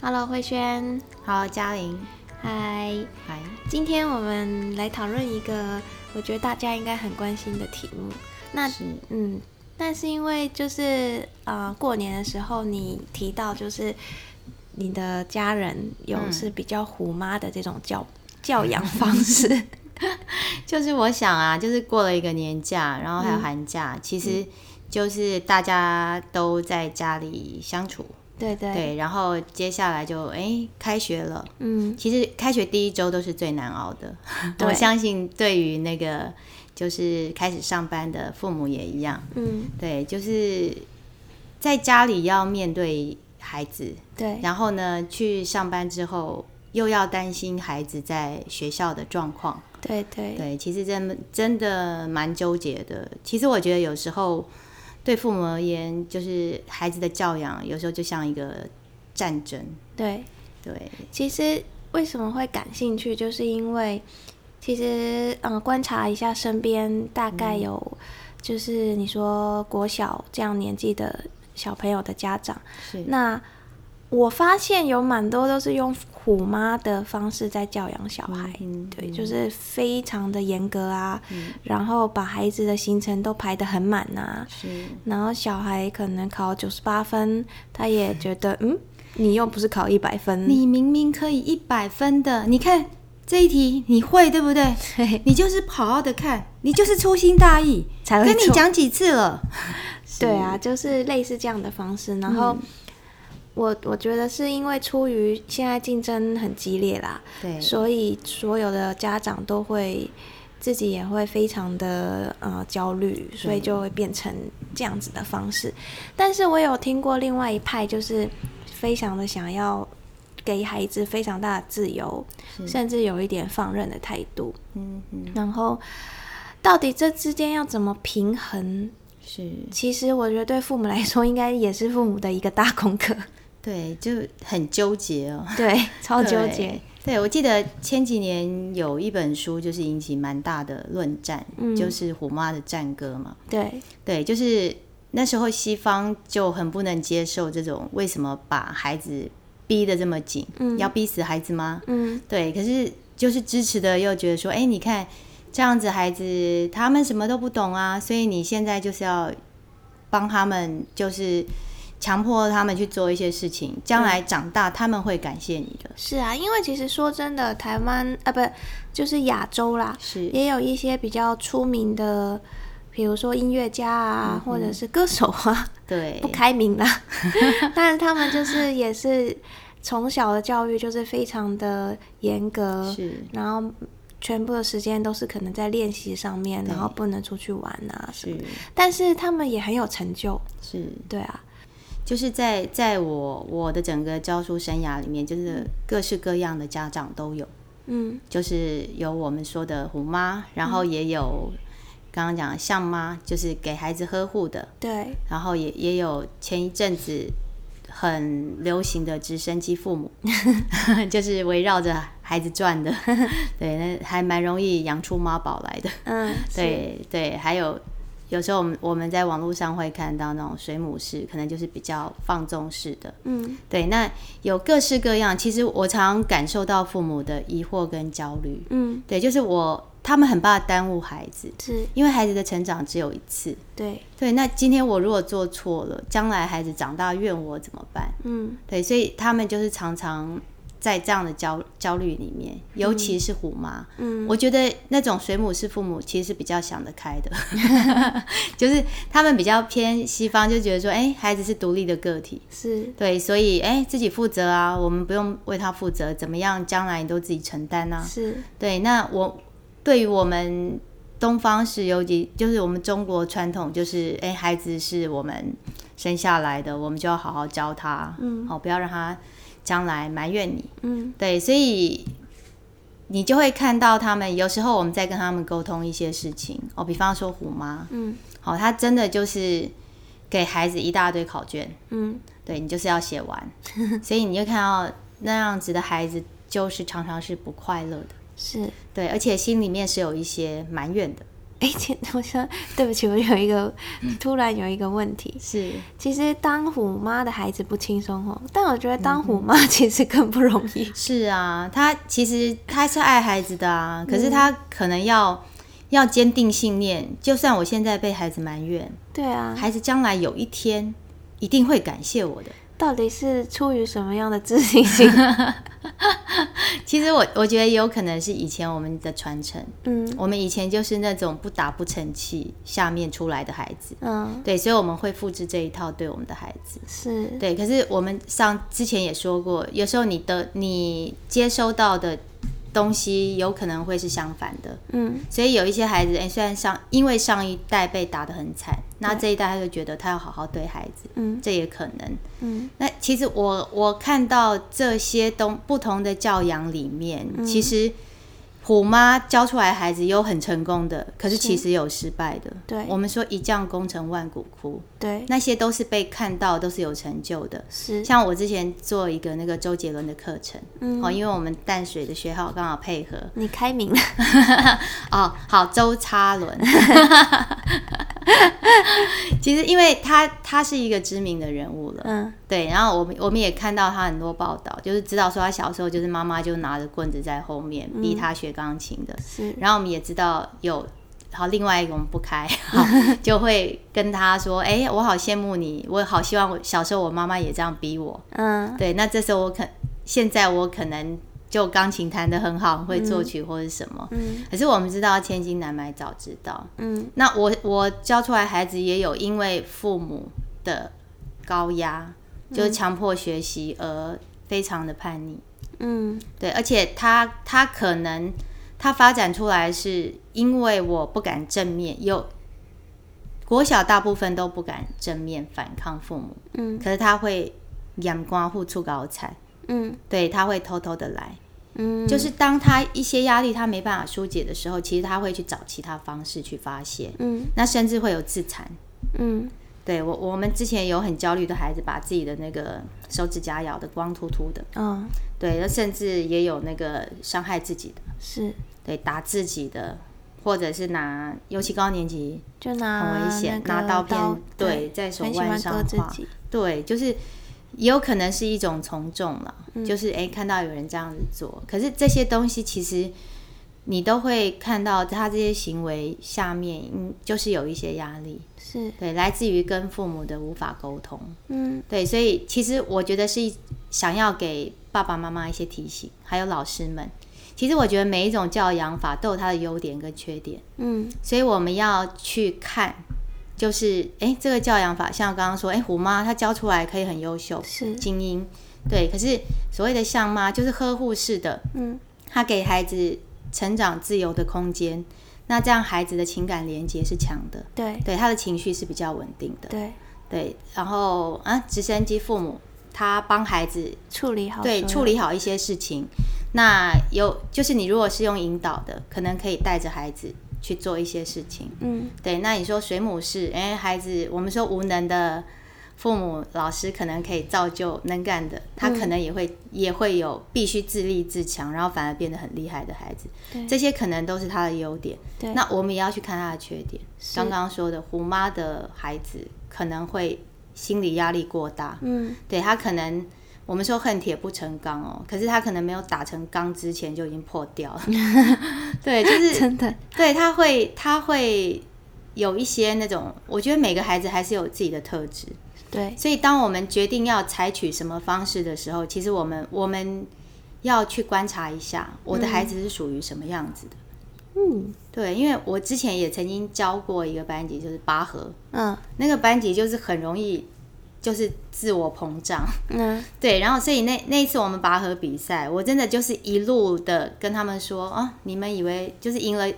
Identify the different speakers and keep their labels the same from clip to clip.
Speaker 1: Hello，慧轩，
Speaker 2: 好，嘉玲，
Speaker 1: 嗨，
Speaker 2: 来，
Speaker 1: 今天我们来讨论一个我觉得大家应该很关心的题目。那
Speaker 2: 是
Speaker 1: 嗯，但是因为就是呃，过年的时候你提到就是你的家人有
Speaker 2: 嗯
Speaker 1: 是比较虎妈的这种教、教养方式，
Speaker 2: 就是我想啊，就是过了一个年假，然后还有
Speaker 1: 嗯
Speaker 2: 寒假，其实就是大家都在家里相处，
Speaker 1: 对对，
Speaker 2: 对，然后接下来就哎、开学了，
Speaker 1: 嗯，
Speaker 2: 其实开学第一周都是最难熬 的，
Speaker 1: 对
Speaker 2: 我相信对于那个就是开始上班的父母也一样，
Speaker 1: 嗯，
Speaker 2: 对，就是在家里要面对孩子，
Speaker 1: 对，
Speaker 2: 然后呢去上班之后又要担心孩子在学校的状况。
Speaker 1: 对对，
Speaker 2: 对，其实真真的蛮纠结的。其实我觉得有时候对父母而言，就是孩子的教养，有时候就像一个战争。
Speaker 1: 对，
Speaker 2: 对，
Speaker 1: 其实为什么会感兴趣，就是因为其实嗯、呃观察一下身边大概
Speaker 2: 嗯
Speaker 1: 有、就是你说国小这样年纪的小朋友的家长，
Speaker 2: 是
Speaker 1: 那我发现有蛮多都是用虎妈的方式在教养小孩，
Speaker 2: 嗯
Speaker 1: 对，
Speaker 2: 嗯
Speaker 1: 就是非常的严格啊，然后把孩子的行程都排得很满啊，
Speaker 2: 是，
Speaker 1: 然后小孩可能考九十八分，他也觉得嗯，你又不是考一百分，
Speaker 2: 你明明可以一百分的，你看这一题你会对不对？你就是好好的看，你就是粗心大意，
Speaker 1: 才会
Speaker 2: 跟你
Speaker 1: 错
Speaker 2: 讲几次了？
Speaker 1: 对啊，就是类似这样的方式。然后、我我觉得是因为出于现在竞争很激烈啦，
Speaker 2: 对，
Speaker 1: 所以所有的家长都会自己也会非常的呃焦虑，所以就会变成这样子的方式。但是我有听过另外一派，就是非常的想要给孩子非常大的自由，甚至有一点放任的态度。
Speaker 2: 嗯嗯，
Speaker 1: 然后到底这之间要怎么平衡？
Speaker 2: 是，
Speaker 1: 其实我觉得对父母来说，应该也是父母的一个大功 课，
Speaker 2: 对，就很纠结哦。
Speaker 1: 对，超纠
Speaker 2: 对
Speaker 1: 结，。
Speaker 2: 对，我记得前几年有一本书，就是引起蛮大的论战，
Speaker 1: 嗯
Speaker 2: 就是《虎妈的战歌》嘛。
Speaker 1: 对
Speaker 2: 对，就是那时候西方就很不能接受这种为什么把孩子逼得这么紧，
Speaker 1: 嗯
Speaker 2: 要逼死孩子吗？
Speaker 1: 嗯，
Speaker 2: 对，可是就是支持的又觉得说，哎，你看这样子孩子他们什么都不懂啊，所以你现在就是要帮他们，就是强迫他们去做一些事情，将来长大他们会感谢你的。
Speaker 1: 是啊，因为其实说真的，台湾啊，不就是亚洲啦，
Speaker 2: 是，
Speaker 1: 也有一些比较出名的，比如说音乐家啊，或者是歌手啊，
Speaker 2: 对，
Speaker 1: 不开明 啦，但是他们就是也是从小的教育就是非常的严格，
Speaker 2: 是
Speaker 1: 然后全部的时间都是可能在练习上面，然后不能出去玩啊什么
Speaker 2: 是
Speaker 1: 但是他们也很有成就，
Speaker 2: 是，
Speaker 1: 对啊，
Speaker 2: 就是在在我我的整个教书生涯里面，就是各式各样的家长都有，
Speaker 1: 嗯，
Speaker 2: 就是有我们说的虎妈，然后也有刚刚讲的像妈，就是给孩子呵护的，
Speaker 1: 对，
Speaker 2: 然后也也有前一阵子很流行的直升机父母， 就是围绕着孩子转的， 对，那还蛮容易养出妈宝来的。
Speaker 1: 嗯， 是，
Speaker 2: 对对，还有有时候我们我们在网络上会看到那种水母式，可能就是比较放纵式的。
Speaker 1: 嗯，
Speaker 2: 对，那有各式各样。其实我常感受到父母的疑惑跟焦虑。
Speaker 1: 嗯，
Speaker 2: 对，就是我他们很怕耽误孩子，
Speaker 1: 是，
Speaker 2: 因为孩子的成长只有一次。
Speaker 1: 对，
Speaker 2: 对，那今天我如果做错了，将来孩子长大怨我怎么办？
Speaker 1: 嗯，
Speaker 2: 对，所以他们就是常常在这样的焦焦虑里面，尤其是虎妈。
Speaker 1: 嗯，
Speaker 2: 我觉得那种水母式父母其实是比较想得开的， 就是他们比较偏西方，就觉得说，哎、孩子是独立的个体，
Speaker 1: 是，
Speaker 2: 对，所以哎、自己负责啊，我们不用为他负责，怎么样，将来你都自己承担啊。
Speaker 1: 是，
Speaker 2: 对，那我对于我们东方是尤其就是我们中国传统，就是哎、孩子是我们生下来的，我们就要好好教他，
Speaker 1: 嗯
Speaker 2: 好、不要让他将来埋怨你。
Speaker 1: 嗯，
Speaker 2: 对，所以你就会看到他们，有时候我们在跟他们沟通一些事情哦，比方说虎妈，
Speaker 1: 嗯，
Speaker 2: 好、她真的就是给孩子一大堆考卷，
Speaker 1: 嗯，
Speaker 2: 对你就是要写完，所以你就看到那样子的孩子，就是常常是不快乐的，
Speaker 1: 是，
Speaker 2: 对，而且心里面是有一些埋怨的，
Speaker 1: 哎，其我想对不起，我有一个
Speaker 2: 嗯
Speaker 1: 突然有一个问题。
Speaker 2: 是
Speaker 1: 其实当虎妈的孩子不轻松哦，但我觉得
Speaker 2: 嗯
Speaker 1: 当虎妈 其实更不容易。
Speaker 2: 是啊，他其实他是爱孩子的啊，可是他可能要、要坚定信念，就算我现在被孩子埋怨，
Speaker 1: 对啊，
Speaker 2: 孩子将来有一天一定会感谢我的。
Speaker 1: 到底是出于什么样的自信 心？
Speaker 2: 其实我我觉得有可能是以前我们的传承，
Speaker 1: 嗯
Speaker 2: 我们以前就是那种不打不成器下面出来的孩子，
Speaker 1: 嗯，
Speaker 2: 对，所以我们会复制这一套对我们的孩子。
Speaker 1: 是，
Speaker 2: 对，可是我们上之前也说过，有时候你的你接收到的东西有可能会是相反的，
Speaker 1: 嗯
Speaker 2: 所以有一些孩子，哎、虽然上因为上一代被打得很惨，那这一代他就觉得他要好好对孩子，
Speaker 1: 嗯
Speaker 2: 这也可能。
Speaker 1: 嗯
Speaker 2: 那其实我我看到这些东不同的教养里面，
Speaker 1: 嗯
Speaker 2: 其实虎妈教出来的孩子有很成功的，可是其实有失败的。
Speaker 1: 对
Speaker 2: 我们说一将功成万骨枯，
Speaker 1: 对，
Speaker 2: 那些都是被看到，都是有成就的。
Speaker 1: 是，
Speaker 2: 像我之前做一个那个周杰伦的课程，
Speaker 1: 嗯
Speaker 2: 哦，因为我们淡水的学号刚好配合，
Speaker 1: 你开明了，
Speaker 2: 哦，好，周叉伦。 其实，因为他他是一个知名的人物了，
Speaker 1: 嗯
Speaker 2: 对。然后我们我们也看到他很多报道，就是知道说他小时候就是妈妈就拿着棍子在后面逼他学钢琴的。
Speaker 1: 嗯是，
Speaker 2: 然后我们也知道有，好，另外一个我们不 开，好就会跟他说：“哎、我好羡慕你，我好希望我小时候我妈妈也这样逼我。”
Speaker 1: 嗯
Speaker 2: 对，那这时候我可现在我可能就钢琴弹得很好，会作曲或者什么。
Speaker 1: 嗯
Speaker 2: 可是我们知道千金难买早知道。
Speaker 1: 嗯
Speaker 2: 那我我教出来孩子也有因为父母的高压，就是强迫学习而非常的叛逆。
Speaker 1: 嗯
Speaker 2: 对，而且他他可能他发展出来是因为我不敢正面，有国小大部分都不敢正面反抗父母，
Speaker 1: 嗯
Speaker 2: 可是他会眼光互出高产，
Speaker 1: 嗯
Speaker 2: 对他会偷偷的来。
Speaker 1: 嗯，
Speaker 2: 就是当他一些压力他没办法疏解的时候，其实他会去找其他方式去发泄，
Speaker 1: 嗯
Speaker 2: 那甚至会有自残。
Speaker 1: 嗯
Speaker 2: 对我，我们之前有很焦虑的孩子，把自己的那个手指甲咬得光秃秃的，
Speaker 1: 哦，
Speaker 2: 对，那甚至也有那个伤害自己的，
Speaker 1: 是，
Speaker 2: 对，打自己的，或者是拿，尤其高年级
Speaker 1: 就
Speaker 2: 很
Speaker 1: 拿
Speaker 2: 危险，
Speaker 1: 那
Speaker 2: 拿
Speaker 1: 个
Speaker 2: 刀片对
Speaker 1: 对，
Speaker 2: 在手
Speaker 1: 很喜
Speaker 2: 腕
Speaker 1: 欢割
Speaker 2: 上
Speaker 1: 自
Speaker 2: 划，
Speaker 1: 己，
Speaker 2: 对，就是也有可能是一种从众了，
Speaker 1: 嗯
Speaker 2: 就是诶看到有人这样子做，可是这些东西其实你都会看到他这些行为下面，嗯，就是有一些压力，
Speaker 1: 是，
Speaker 2: 对，来自于跟父母的无法沟通，
Speaker 1: 嗯
Speaker 2: 对，所以其实我觉得是一想要给爸爸妈妈一些提醒，还有老师们。其实我觉得每一种教养法都有它的优点跟缺点，
Speaker 1: 嗯
Speaker 2: 所以我们要去看，就是诶，这个教养法，像我刚刚说，诶，虎妈她教出来可以很优秀，
Speaker 1: 是
Speaker 2: 精英，对。可是所谓的像妈，就是呵护式的，
Speaker 1: 嗯
Speaker 2: 她给孩子成长自由的空间，那这样孩子的情感连接是强的，
Speaker 1: 对
Speaker 2: 对，他的情绪是比较稳定的，
Speaker 1: 对，
Speaker 2: 对。然后啊，直升机父母他帮孩子
Speaker 1: 处理好
Speaker 2: 对
Speaker 1: 所
Speaker 2: 处
Speaker 1: 有
Speaker 2: 理好一些事情。那有就是你如果是用引导的，可能可以带着孩子去做一些事情。
Speaker 1: 嗯
Speaker 2: 对，那你说水母是，哎、孩子，我们说无能的父母、老师可能可以造就能干的，他
Speaker 1: 嗯
Speaker 2: 可能也会、也会有必须自立自强，然后反而变得很厉害的孩子，
Speaker 1: 对
Speaker 2: 这些可能都是他的优点。
Speaker 1: 对
Speaker 2: 那我们也要去看他的缺点。刚刚说的虎妈的孩子可能会心理压力过大，
Speaker 1: 嗯
Speaker 2: 对他可能。我们说恨铁不成钢哦，可是他可能没有打成钢之前就已经破掉了。 对，就 是
Speaker 1: 真的
Speaker 2: 对，他会他会有一些那种，我觉得每个孩子还是有自己的特质，
Speaker 1: 对
Speaker 2: 所以当我们决定要采取什么方式的时候，其实我们我们要去观察一下我的孩子是属于什么样子的。
Speaker 1: 嗯
Speaker 2: 对，因为我之前也曾经教过一个班级，就是拔河，
Speaker 1: 嗯
Speaker 2: 那个班级就是很容易就是自我膨胀。
Speaker 1: 嗯
Speaker 2: 对，然后所以那那一次我们拔河比赛，我真的就是一路的跟他们说啊，你们以为就是赢了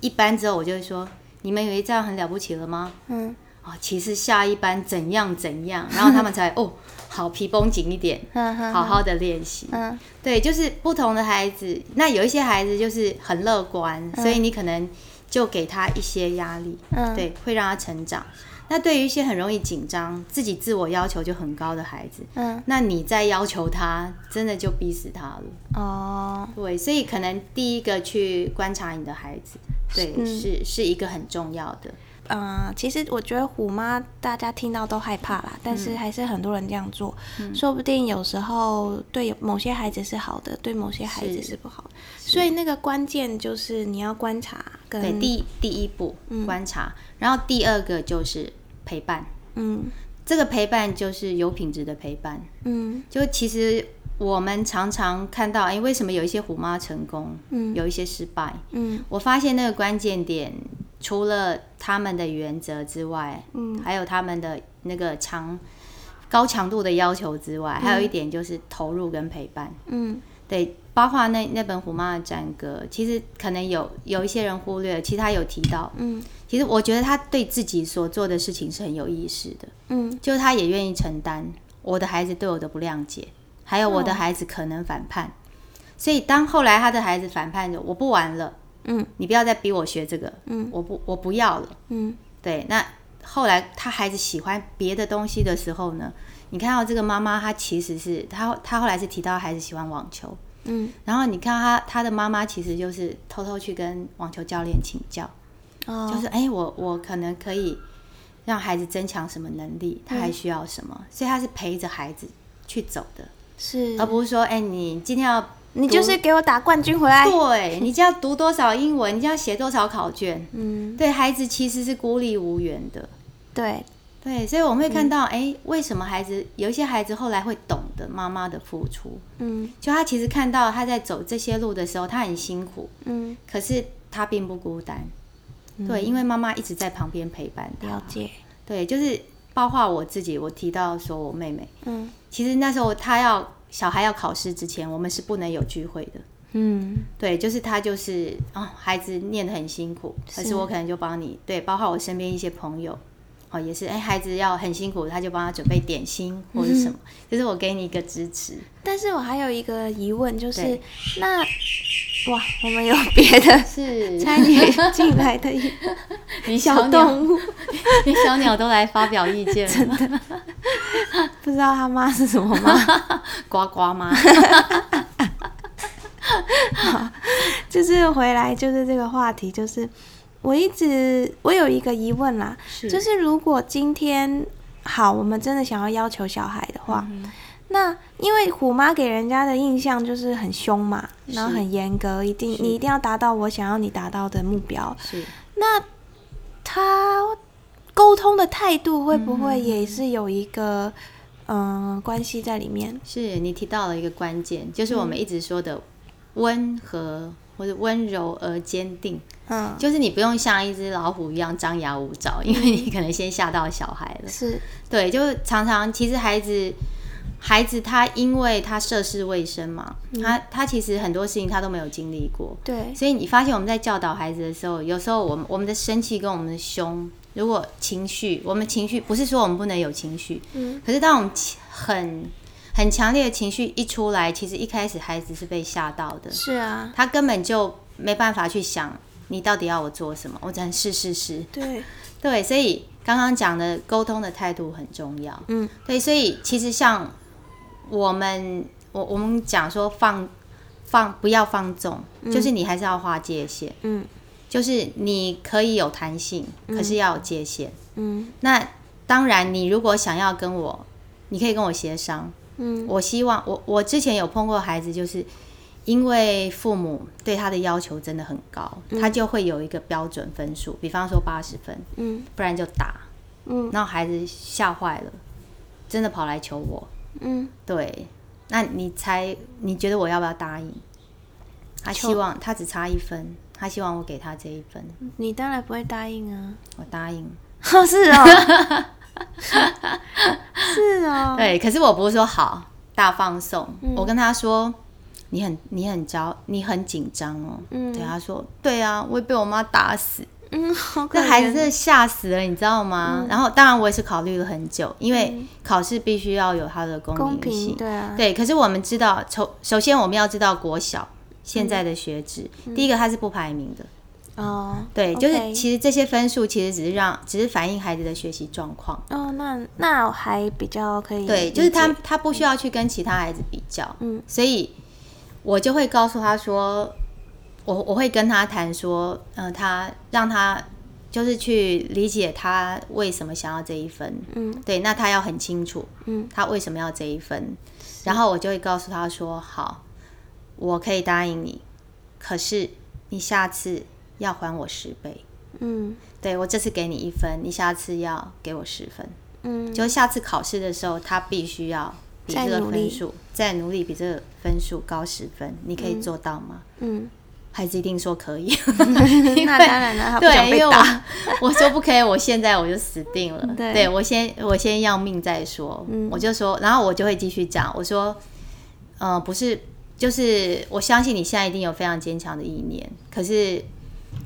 Speaker 2: 一班之后，我就会说，你们以为这样很了不起了吗？
Speaker 1: 嗯
Speaker 2: 啊、其实下一班怎样怎样，然后他们才哦，好皮绷紧一点，
Speaker 1: 嗯嗯
Speaker 2: 好好的练习。
Speaker 1: 嗯
Speaker 2: 对，就是不同的孩子，那有一些孩子就是很乐观，所以你可能就给他一些压力，
Speaker 1: 嗯
Speaker 2: 对，会让他成长。那对于一些很容易紧张、自己自我要求就很高的孩子，
Speaker 1: 嗯，
Speaker 2: 那你再要求他，真的就逼死他了。
Speaker 1: 哦，
Speaker 2: 对，所以可能第一个去观察你的孩子，对，
Speaker 1: 嗯
Speaker 2: 是是一个很重要的。
Speaker 1: 嗯，其实我觉得虎妈大家听到都害怕啦，但
Speaker 2: 嗯
Speaker 1: 是还是很多人这样做，说不定有时候对某些孩子是好的，对某些孩子
Speaker 2: 是
Speaker 1: 是不好的。所以那个关键就是你要观察跟
Speaker 2: 对，第第一步观察，然后第二个就是陪伴，
Speaker 1: 嗯
Speaker 2: 这个陪伴就是有品质的陪伴。
Speaker 1: 嗯
Speaker 2: 就其实我们常常看到，哎，为什么有一些虎妈成功，
Speaker 1: 嗯
Speaker 2: 有一些失败？
Speaker 1: 嗯
Speaker 2: 我发现那个关键点，除了他们的原则之外，
Speaker 1: 嗯，
Speaker 2: 还有他们的那个强高强度的要求之外，还有一点就是投入跟陪伴。
Speaker 1: 嗯
Speaker 2: 对，包括那那本《虎妈的战歌》，其实可能有有一些人忽略，其实他有提到，
Speaker 1: 嗯
Speaker 2: 其实我觉得他对自己所做的事情是很有意识的，
Speaker 1: 嗯
Speaker 2: 就是他也愿意承担我的孩子对我的不谅解，还有我
Speaker 1: 哦
Speaker 2: 的孩子可能反叛。所以当后来他的孩子反叛着，我不玩了，
Speaker 1: 嗯
Speaker 2: 你不要再逼我学这个，嗯，我不我不要了。
Speaker 1: 嗯
Speaker 2: 对，那后来他孩子喜欢别的东西的时候呢，你看到这个妈妈，她其实是她她后来是提到孩子喜欢网球，
Speaker 1: 嗯，
Speaker 2: 然后你看到她她的妈妈其实就是偷偷去跟网球教练请教，
Speaker 1: 哦，
Speaker 2: 就是哎、我我可能可以让孩子增强什么能力，他
Speaker 1: 嗯
Speaker 2: 还需要什么，所以他是陪着孩子去走的，
Speaker 1: 是
Speaker 2: 而不是说哎、你今天要
Speaker 1: 你就是给我打冠军回来，哎
Speaker 2: 对，你就要读多少英文，你就要写多少考卷，
Speaker 1: 嗯，
Speaker 2: 对孩子其实是孤立无援的。
Speaker 1: 对，
Speaker 2: 对，所以我们会
Speaker 1: 嗯
Speaker 2: 看到，哎、为什么孩子有一些孩子后来会懂得妈妈的付出？
Speaker 1: 嗯
Speaker 2: 就他其实看到他在走这些路的时候，他很辛苦，
Speaker 1: 嗯，
Speaker 2: 可是他并不孤单。对，因为妈妈一直在旁边陪伴他
Speaker 1: 了。解，
Speaker 2: 对，就是包括我自己，我提到说我妹妹，
Speaker 1: 嗯
Speaker 2: 其实那时候她要小孩要考试之前，我们是不能有聚会的。
Speaker 1: 嗯
Speaker 2: 对，就是他就是哦，孩子念得很辛苦，可是我可能就帮你对，包括我身边一些朋友，哦也是，哎，孩子要很辛苦，他就帮他准备点心或者什么，就是我给你一个支持。
Speaker 1: 但是我还有一个疑问，就是
Speaker 2: 对
Speaker 1: 那哇，我们有别的
Speaker 2: 是
Speaker 1: 参与进来的一
Speaker 2: 你
Speaker 1: 小
Speaker 2: 动，
Speaker 1: 动物，
Speaker 2: 你小鸟都来发表意 见了，
Speaker 1: 不知道他妈是什么 妈，
Speaker 2: 呱呱 吗？
Speaker 1: 就是回来就是这个话题，就是我一直我有一个疑问啦，
Speaker 2: 是
Speaker 1: 就是如果今天好，我们真的想要要求小孩的话，
Speaker 2: 嗯
Speaker 1: 那因为虎妈给人家的印象就是很凶嘛，然后
Speaker 2: 是
Speaker 1: 很严格，一定
Speaker 2: 是
Speaker 1: 你一定要达到我想要你达到的目标。
Speaker 2: 是
Speaker 1: 那他沟通的态度会不
Speaker 2: 嗯
Speaker 1: 会也是有一个嗯、呃关系在里面？
Speaker 2: 是，你提到了一个关键，就是我们一直说的温和或者温柔而坚定。
Speaker 1: 嗯，
Speaker 2: 就是你不用像一只老虎一样张牙舞爪，因为你可能先吓到小孩了。
Speaker 1: 是
Speaker 2: 对，就常常其实孩子，孩子他因为他涉世未深嘛，他他其实很多事情他都没有经历过，
Speaker 1: 对，
Speaker 2: 所以你发现我们在教导孩子的时候，有时候我们我们的生气跟我们的凶，如果情绪，我们情绪不是说我们不能有情绪，
Speaker 1: 嗯
Speaker 2: 可是当我们情很很强烈的情绪一出来，其实一开始孩子是被吓到的，
Speaker 1: 是啊，
Speaker 2: 他根本就没办法去想你到底要我做什么，我只能是是是。
Speaker 1: 对，
Speaker 2: 对，所以刚刚讲的沟通的态度很重要。
Speaker 1: 嗯，
Speaker 2: 对，所以其实像我们，我我们讲说放放不要放纵，就是你还是要划界限，
Speaker 1: 嗯
Speaker 2: 就是你可以有弹性，可是要有界限。
Speaker 1: 嗯
Speaker 2: 那当然，你如果想要跟我，你可以跟我协商。
Speaker 1: 嗯
Speaker 2: 我希望我我之前有碰过孩子，就是因为父母对他的要求真的很高，他就会有一个标准分数，比方说八十分，
Speaker 1: 嗯
Speaker 2: 不然就打。
Speaker 1: 嗯
Speaker 2: 然后孩子吓坏了，真的跑来求我。
Speaker 1: 嗯，
Speaker 2: 对，那你猜，你觉得我要不要答应？他
Speaker 1: 求
Speaker 2: 希望他只差一分，他希望我给他这一分，
Speaker 1: 你当然不会答应啊，
Speaker 2: 我答应。
Speaker 1: 哦是哦， 是哦，嗯
Speaker 2: 对，可是我不是说好大放送，我跟他说。你很你很焦，你很紧张哦。
Speaker 1: 嗯
Speaker 2: 对，他说，对啊，我会被我妈打死。
Speaker 1: 嗯，好可
Speaker 2: 这孩子真
Speaker 1: 怜嗯
Speaker 2: 的吓死了，你知道吗？然后当然我也是考虑了很久，因为考试必须要有它的
Speaker 1: 公
Speaker 2: 公平性
Speaker 1: 平，。对啊，
Speaker 2: 对，可是我们知道，首首先我们要知道国小现在的学制，第一个它是不排名的，
Speaker 1: 哦，
Speaker 2: 对就是
Speaker 1: OK
Speaker 2: 其实这些分数其实只是让，只是反映孩子的学习状况。
Speaker 1: 哦，那那还比较可以理解，
Speaker 2: 对，就是他他不需要去跟其他孩子比较，
Speaker 1: 嗯，
Speaker 2: 所以我就会告诉他说，我我会跟他谈说，呃，他让他就是去理解他为什么想要这一分，
Speaker 1: 嗯
Speaker 2: 对，那他要很清楚，
Speaker 1: 嗯，
Speaker 2: 他为什么要这一分，然后我就会告诉他说，好，我可以答应你，可是你下次要还我十倍，
Speaker 1: 嗯
Speaker 2: 对我这次给你一分，你下次要给我十分。
Speaker 1: 嗯，
Speaker 2: 就下次考试的时候，他必须要比这
Speaker 1: 再
Speaker 2: 个
Speaker 1: 努力
Speaker 2: 分数，再努力比这个分数高十分，你可以做到吗？
Speaker 1: 嗯，
Speaker 2: 孩子一定说 可以，
Speaker 1: 那当然了，他不想
Speaker 2: 对，
Speaker 1: 被
Speaker 2: 因为
Speaker 1: 打，
Speaker 2: 我 我说不可以，我现在我就死定了。
Speaker 1: 对
Speaker 2: 我先我先要命再说，
Speaker 1: 嗯
Speaker 2: 我就说，然后我就会继续讲，我说，呃，不是，就是我相信你现在一定有非常坚强的意念，可是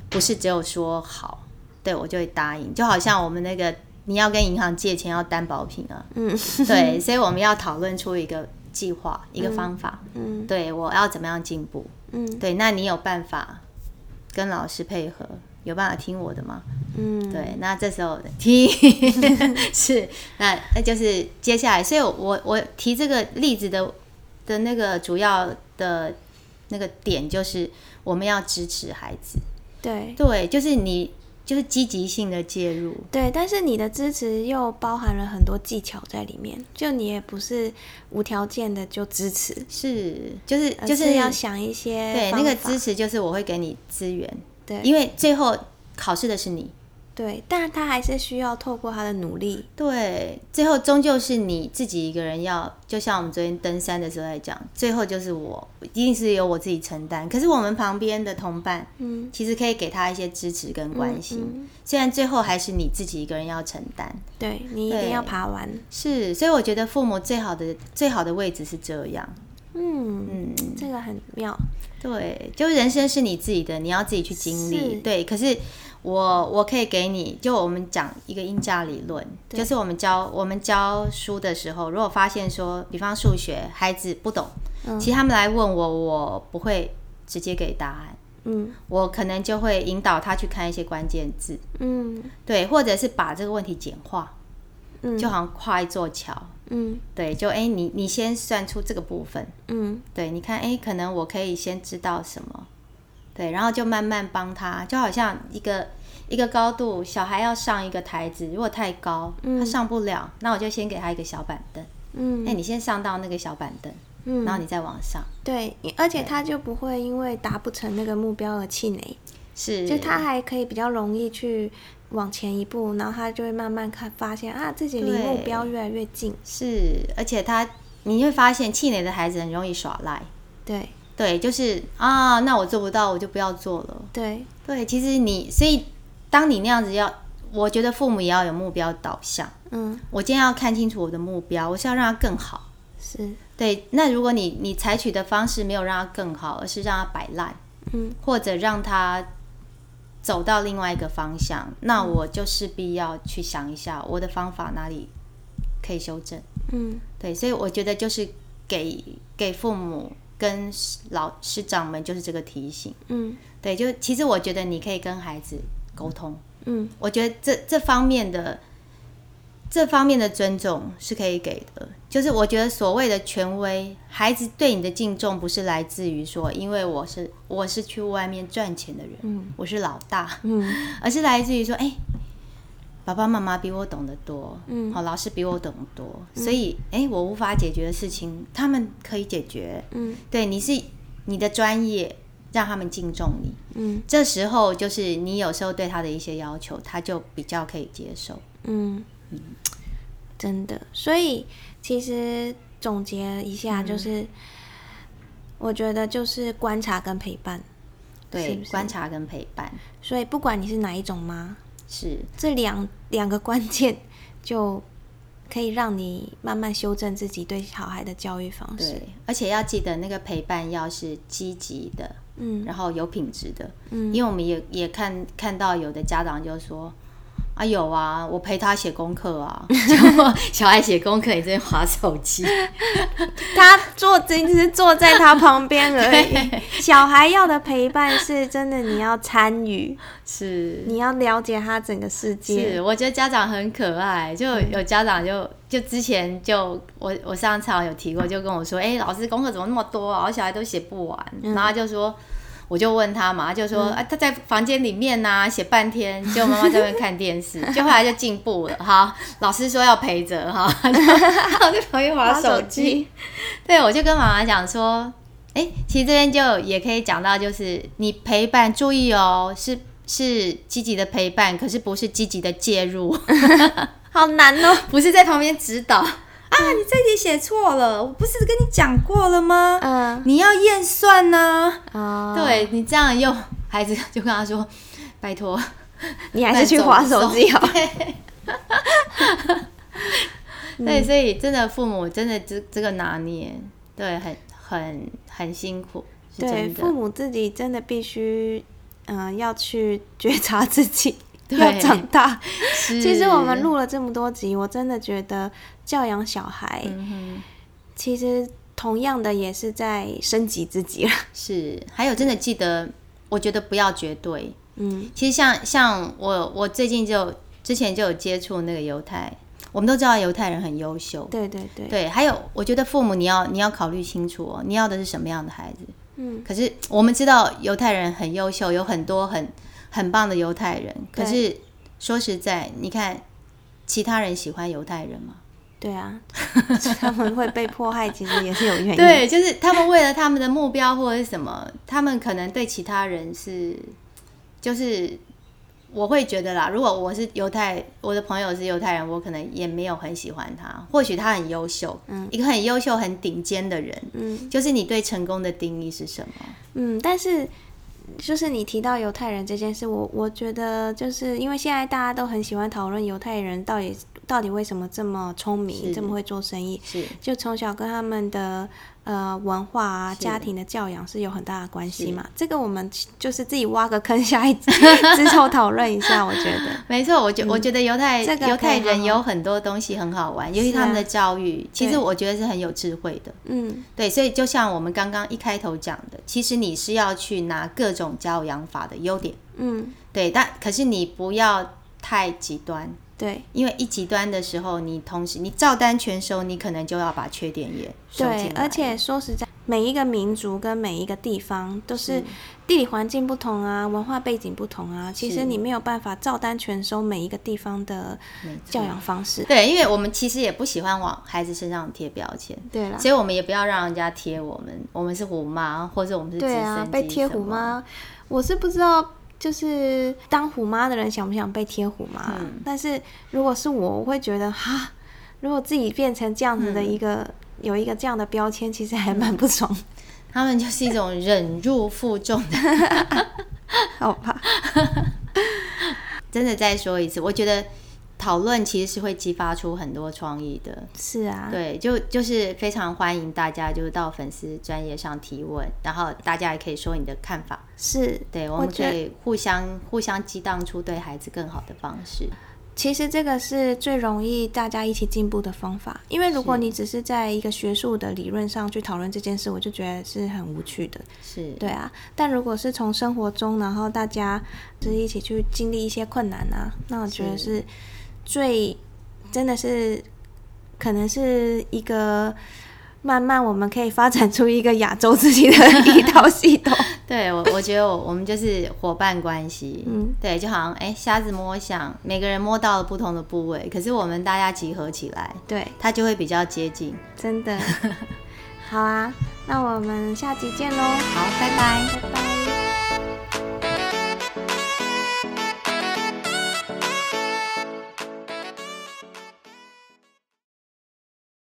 Speaker 2: 不是只有说好，对我就会答应，就好像我们那个你要跟银行借钱要担保品啊，
Speaker 1: 嗯
Speaker 2: 对，所以我们要讨论出一个计划，一个方法，
Speaker 1: 嗯
Speaker 2: 对我要怎么样进步，
Speaker 1: 嗯
Speaker 2: 对，那你有办法跟老师配合，有办法听我的吗？
Speaker 1: 嗯，
Speaker 2: 对，那这时候听 是，那那就是接下来，所以我我我提这个例子的的那个主要的那个点就是我们要支持孩子，
Speaker 1: 对
Speaker 2: 对，就是你就是积极性的介入，
Speaker 1: 对，但是你的支持又包含了很多技巧在里面，就你也不是无条件的就支持，
Speaker 2: 是就是
Speaker 1: 而
Speaker 2: 就是
Speaker 1: 呃要想一些
Speaker 2: 对那个支
Speaker 1: 支
Speaker 2: 持，就是我会给你资源，
Speaker 1: 对
Speaker 2: 因为最后考试的是你，
Speaker 1: 对，但他还是需要透过他的努力，
Speaker 2: 对，最后终究是你自己一个人要，就像我们昨天登山的时候在讲，最后就是我，一定是由我自己承担。可是我们旁边的同伴，
Speaker 1: 嗯，
Speaker 2: 其实可以给他一些支持跟关心，
Speaker 1: 嗯嗯
Speaker 2: 虽然最后还是你自己一个人要承担。
Speaker 1: 对你一定
Speaker 2: 对
Speaker 1: 要爬完，
Speaker 2: 是，所以我觉得父母最好的最好的位置是这样，
Speaker 1: 嗯，
Speaker 2: 嗯，
Speaker 1: 这个很妙，
Speaker 2: 对，就人生是你自己的，你要自己去经
Speaker 1: 是
Speaker 2: 历。对，可是我我可以给你，就我们讲一个应价理论，
Speaker 1: 对
Speaker 2: 就是我们教我们教书的时候，如果发现说，比方数学孩子不懂，
Speaker 1: 嗯
Speaker 2: 其实他们来问我，我不会直接给答案，
Speaker 1: 嗯
Speaker 2: 我可能就会引导他去看一些关键字，
Speaker 1: 嗯
Speaker 2: 对，或者是把这个问题简化，
Speaker 1: 嗯，
Speaker 2: 就好像跨一座桥，
Speaker 1: 嗯
Speaker 2: 对，就哎，你你先算出这个部分，
Speaker 1: 嗯
Speaker 2: 对，你看，哎，可能我可以先知道什么，对，然后就慢慢帮他，就好像一个一个高度，小孩要上一个台子，如果太高，他
Speaker 1: 嗯
Speaker 2: 上不了，那我就先给他一个小板凳，
Speaker 1: 嗯，
Speaker 2: 哎、你先上到那个小板凳，
Speaker 1: 嗯，
Speaker 2: 然后你再往上，
Speaker 1: 对，你而且他就不会因为达不成那个目标而气馁，
Speaker 2: 是，
Speaker 1: 就他还可以比较容易去往前一步，然后他就会慢慢看发现啊，自己离目
Speaker 2: 对
Speaker 1: 标越来越近。
Speaker 2: 是，而且他你会发现气馁的孩子很容易耍赖，
Speaker 1: 对
Speaker 2: 对，就是啊，那我做不到，我就不要做了，
Speaker 1: 对，
Speaker 2: 对，其实你，所以当你那样子要，我觉得父母也要有目标导向。
Speaker 1: 嗯，
Speaker 2: 我今天要看清楚我的目标，我是要让它更好。
Speaker 1: 是，
Speaker 2: 对，那如果你你采取的方式没有让它更好，而是让它摆烂，
Speaker 1: 嗯
Speaker 2: 或者让它走到另外一个方向，那我就势必要去想一下我的方法哪里可以修正。
Speaker 1: 嗯
Speaker 2: 对，所以我觉得就是给给父母跟老师长们就是这个提醒。
Speaker 1: 嗯
Speaker 2: 对，就其实我觉得你可以跟孩子沟通，
Speaker 1: 嗯
Speaker 2: 我觉得这这方面的这方面的尊重是可以给的。就是我觉得所谓的权威，孩子对你的敬重不是来自于说，因为我是我是去外面赚钱的人，
Speaker 1: 嗯
Speaker 2: 我是老大，
Speaker 1: 嗯
Speaker 2: 而是来自于说，哎、爸爸妈妈比我懂得多，
Speaker 1: 嗯
Speaker 2: 好、老师比我懂得多，所以哎、我无法解决的事情，他们可以解决。
Speaker 1: 嗯
Speaker 2: 对，你是你的专业让他们敬重你，
Speaker 1: 嗯
Speaker 2: 这时候就是你有时候对他的一些要求，他就比较可以接受。
Speaker 1: 嗯，真的。所以其实总结一下，
Speaker 2: 嗯
Speaker 1: 就是、我觉得就是观察跟陪伴。
Speaker 2: 对，
Speaker 1: 是不是
Speaker 2: 观察跟陪伴
Speaker 1: 所以不管你是哪一种妈，
Speaker 2: 是
Speaker 1: 这两两个关键就可以让你慢慢修正自己对小孩的教育方式。
Speaker 2: 对，而且要记得那个陪伴要是积极的，
Speaker 1: 嗯
Speaker 2: 然后有品质的。
Speaker 1: 嗯
Speaker 2: 因为我们也也看看到有的家长就说，啊，有啊，我陪他写功课啊， 结果小爱写功课，你这边划手机，
Speaker 1: 他坐只是坐在他旁边而 已。小孩要的陪伴是真的，你要参与，
Speaker 2: 是
Speaker 1: 你要了解他整个世界。
Speaker 2: 是，我觉得家长很可爱，就有家长就就之前就我我上次好像有提过，就跟我说，哎、老师功课怎么那么多啊，我小孩都写不完，然后他就说。我就问他嘛，他就说、啊，他在房间里面呐、写半天，结果妈妈在外面看电视，就后来就进步了。好，老师说要陪着哈，然后我 就旁边玩手机。，对，我就跟妈妈讲说，哎，其实这边就也可以讲到，就是你陪伴，注意哦，是是积极的陪伴，可是不是积极的介入，
Speaker 1: 好难哦。
Speaker 2: 不是在旁边指导啊，你这题写错了，我不是跟你讲过了吗？
Speaker 1: 嗯
Speaker 2: 你要验算呢、
Speaker 1: 啊，
Speaker 2: 对你这样又孩子就跟他说，拜托，
Speaker 1: 你还是去划手机哦好。 嗯
Speaker 2: 对，所以真的父母真的这这个拿捏，对，很很很辛苦，是
Speaker 1: 对，
Speaker 2: 真的
Speaker 1: 父。母自己真的必须，嗯、要去觉察自 己，
Speaker 2: 对
Speaker 1: 要长大。其
Speaker 2: 其
Speaker 1: 实我们录了这么多集，我真的觉得教养小孩，
Speaker 2: 嗯
Speaker 1: 其实同样的也是在升级自己了。
Speaker 2: 哼，是，还有真的记得，我觉得不要绝对。
Speaker 1: 嗯
Speaker 2: 其实像像我，我最近就之前就有接触那个犹太，我们都知道犹太人很优秀，，
Speaker 1: 对对对，
Speaker 2: 对，还有我觉得父母你要你要考虑清楚哦，你要的是什么样的孩子。
Speaker 1: 嗯，
Speaker 2: 可是我们知道犹太人很优秀，有很多很很棒的犹太人，可
Speaker 1: 对
Speaker 2: 是说实在，你看其他人喜欢犹太人吗？
Speaker 1: 对啊，他们会被迫害，其实也是有 原因。
Speaker 2: 对，就是他们为了他们的目标或者是什么，他们可能对其他人是，就是我会觉得啦，如果我是犹太，我的朋友是犹太人，我可能也没有很喜欢他。或许他很优秀，嗯，一个很优秀、很顶尖的人，
Speaker 1: 嗯
Speaker 2: 就是你对成功的定义是什么？
Speaker 1: 嗯，但是就是你提到犹太人这件事，我我觉得就是因为现在大家都很喜欢讨论犹太人到底到底为什么这么聪明，
Speaker 2: 是
Speaker 1: 这么会做生意，
Speaker 2: 是
Speaker 1: 就从小跟他们的呃文化啊、
Speaker 2: 是
Speaker 1: 家庭的教养是有很大的关系
Speaker 2: 是
Speaker 1: 嘛。这个我们就是自己挖个坑，下一集 之后讨论一下。我觉得，
Speaker 2: 没错，我觉、我觉得犹太
Speaker 1: 嗯这个
Speaker 2: 犹
Speaker 1: 可以
Speaker 2: 太
Speaker 1: 好
Speaker 2: 人
Speaker 1: 好
Speaker 2: 有很多东西很好玩，尤其
Speaker 1: 是啊
Speaker 2: 他们的教育，其实
Speaker 1: 对
Speaker 2: 我觉得是很有智慧的。
Speaker 1: 嗯，
Speaker 2: 对，所以就像我们刚刚一开头讲的，其实你是要去拿各种教养法的优点，
Speaker 1: 嗯，
Speaker 2: 对，但可是你不要太极端，
Speaker 1: 对
Speaker 2: 因为一极端的时候，你同时你照单全收，你可能就要把缺点也收
Speaker 1: 对
Speaker 2: 进，来。
Speaker 1: 而且说实在，每一个民族跟每一个地方都是地理环境不同啊，文化背景不同啊，其实
Speaker 2: 是
Speaker 1: 你没有办法照单全收每一个地方的
Speaker 2: 没错
Speaker 1: 教养方式。
Speaker 2: 对，因为我们其实也不喜欢往孩子身上贴标签。
Speaker 1: 对啊啦。
Speaker 2: 所以我们也不要让人家贴我们，我们是虎妈，或者我们是直
Speaker 1: 对
Speaker 2: 升
Speaker 1: 啊
Speaker 2: 机，
Speaker 1: 被贴虎
Speaker 2: 什么
Speaker 1: 妈，我是不知道，就是当虎妈的人想不想被贴虎妈啊、
Speaker 2: 嗯
Speaker 1: 但是如果是我，我会觉得哈，如果自己变成这样子
Speaker 2: 嗯
Speaker 1: 的一个、有一个这样的标签，其实还蛮不爽，
Speaker 2: 嗯他们就是一种忍辱负重 的。
Speaker 1: 好吧？
Speaker 2: 真的再说一次，我觉得讨论其实是会激发出很多创意的。
Speaker 1: 是啊，
Speaker 2: 对，就就是非常欢迎大家就是到粉丝专业上提问，然后大家也可以说你的看法。
Speaker 1: 是。
Speaker 2: 对，我
Speaker 1: 我
Speaker 2: 们
Speaker 1: 觉
Speaker 2: 可
Speaker 1: 得
Speaker 2: 以互相互相激荡出对孩子更好的方式。
Speaker 1: 其实这个是最容易大家一起进步的方法，因为如果
Speaker 2: 是
Speaker 1: 你只是在一个学术的理论上去讨论这件事，我就觉得是很无趣的。
Speaker 2: 是，
Speaker 1: 对啊，但如果是从生活中，然后大家就是一起去经历一些困难啊，那我觉得
Speaker 2: 是
Speaker 1: 是最真的是可能是一个慢慢我们可以发展出一个亚洲自己的一套系统。
Speaker 2: 对我，我觉得我我们就是伙伴关系，
Speaker 1: 嗯，
Speaker 2: 对，就好像哎，瞎子摸象，每个人摸到了不同的部位，可是我们大家集合起来，
Speaker 1: 对，
Speaker 2: 它就会比较接近。
Speaker 1: 真的。好啊，那我们下集见喽，
Speaker 2: 好，拜拜。
Speaker 1: 拜拜。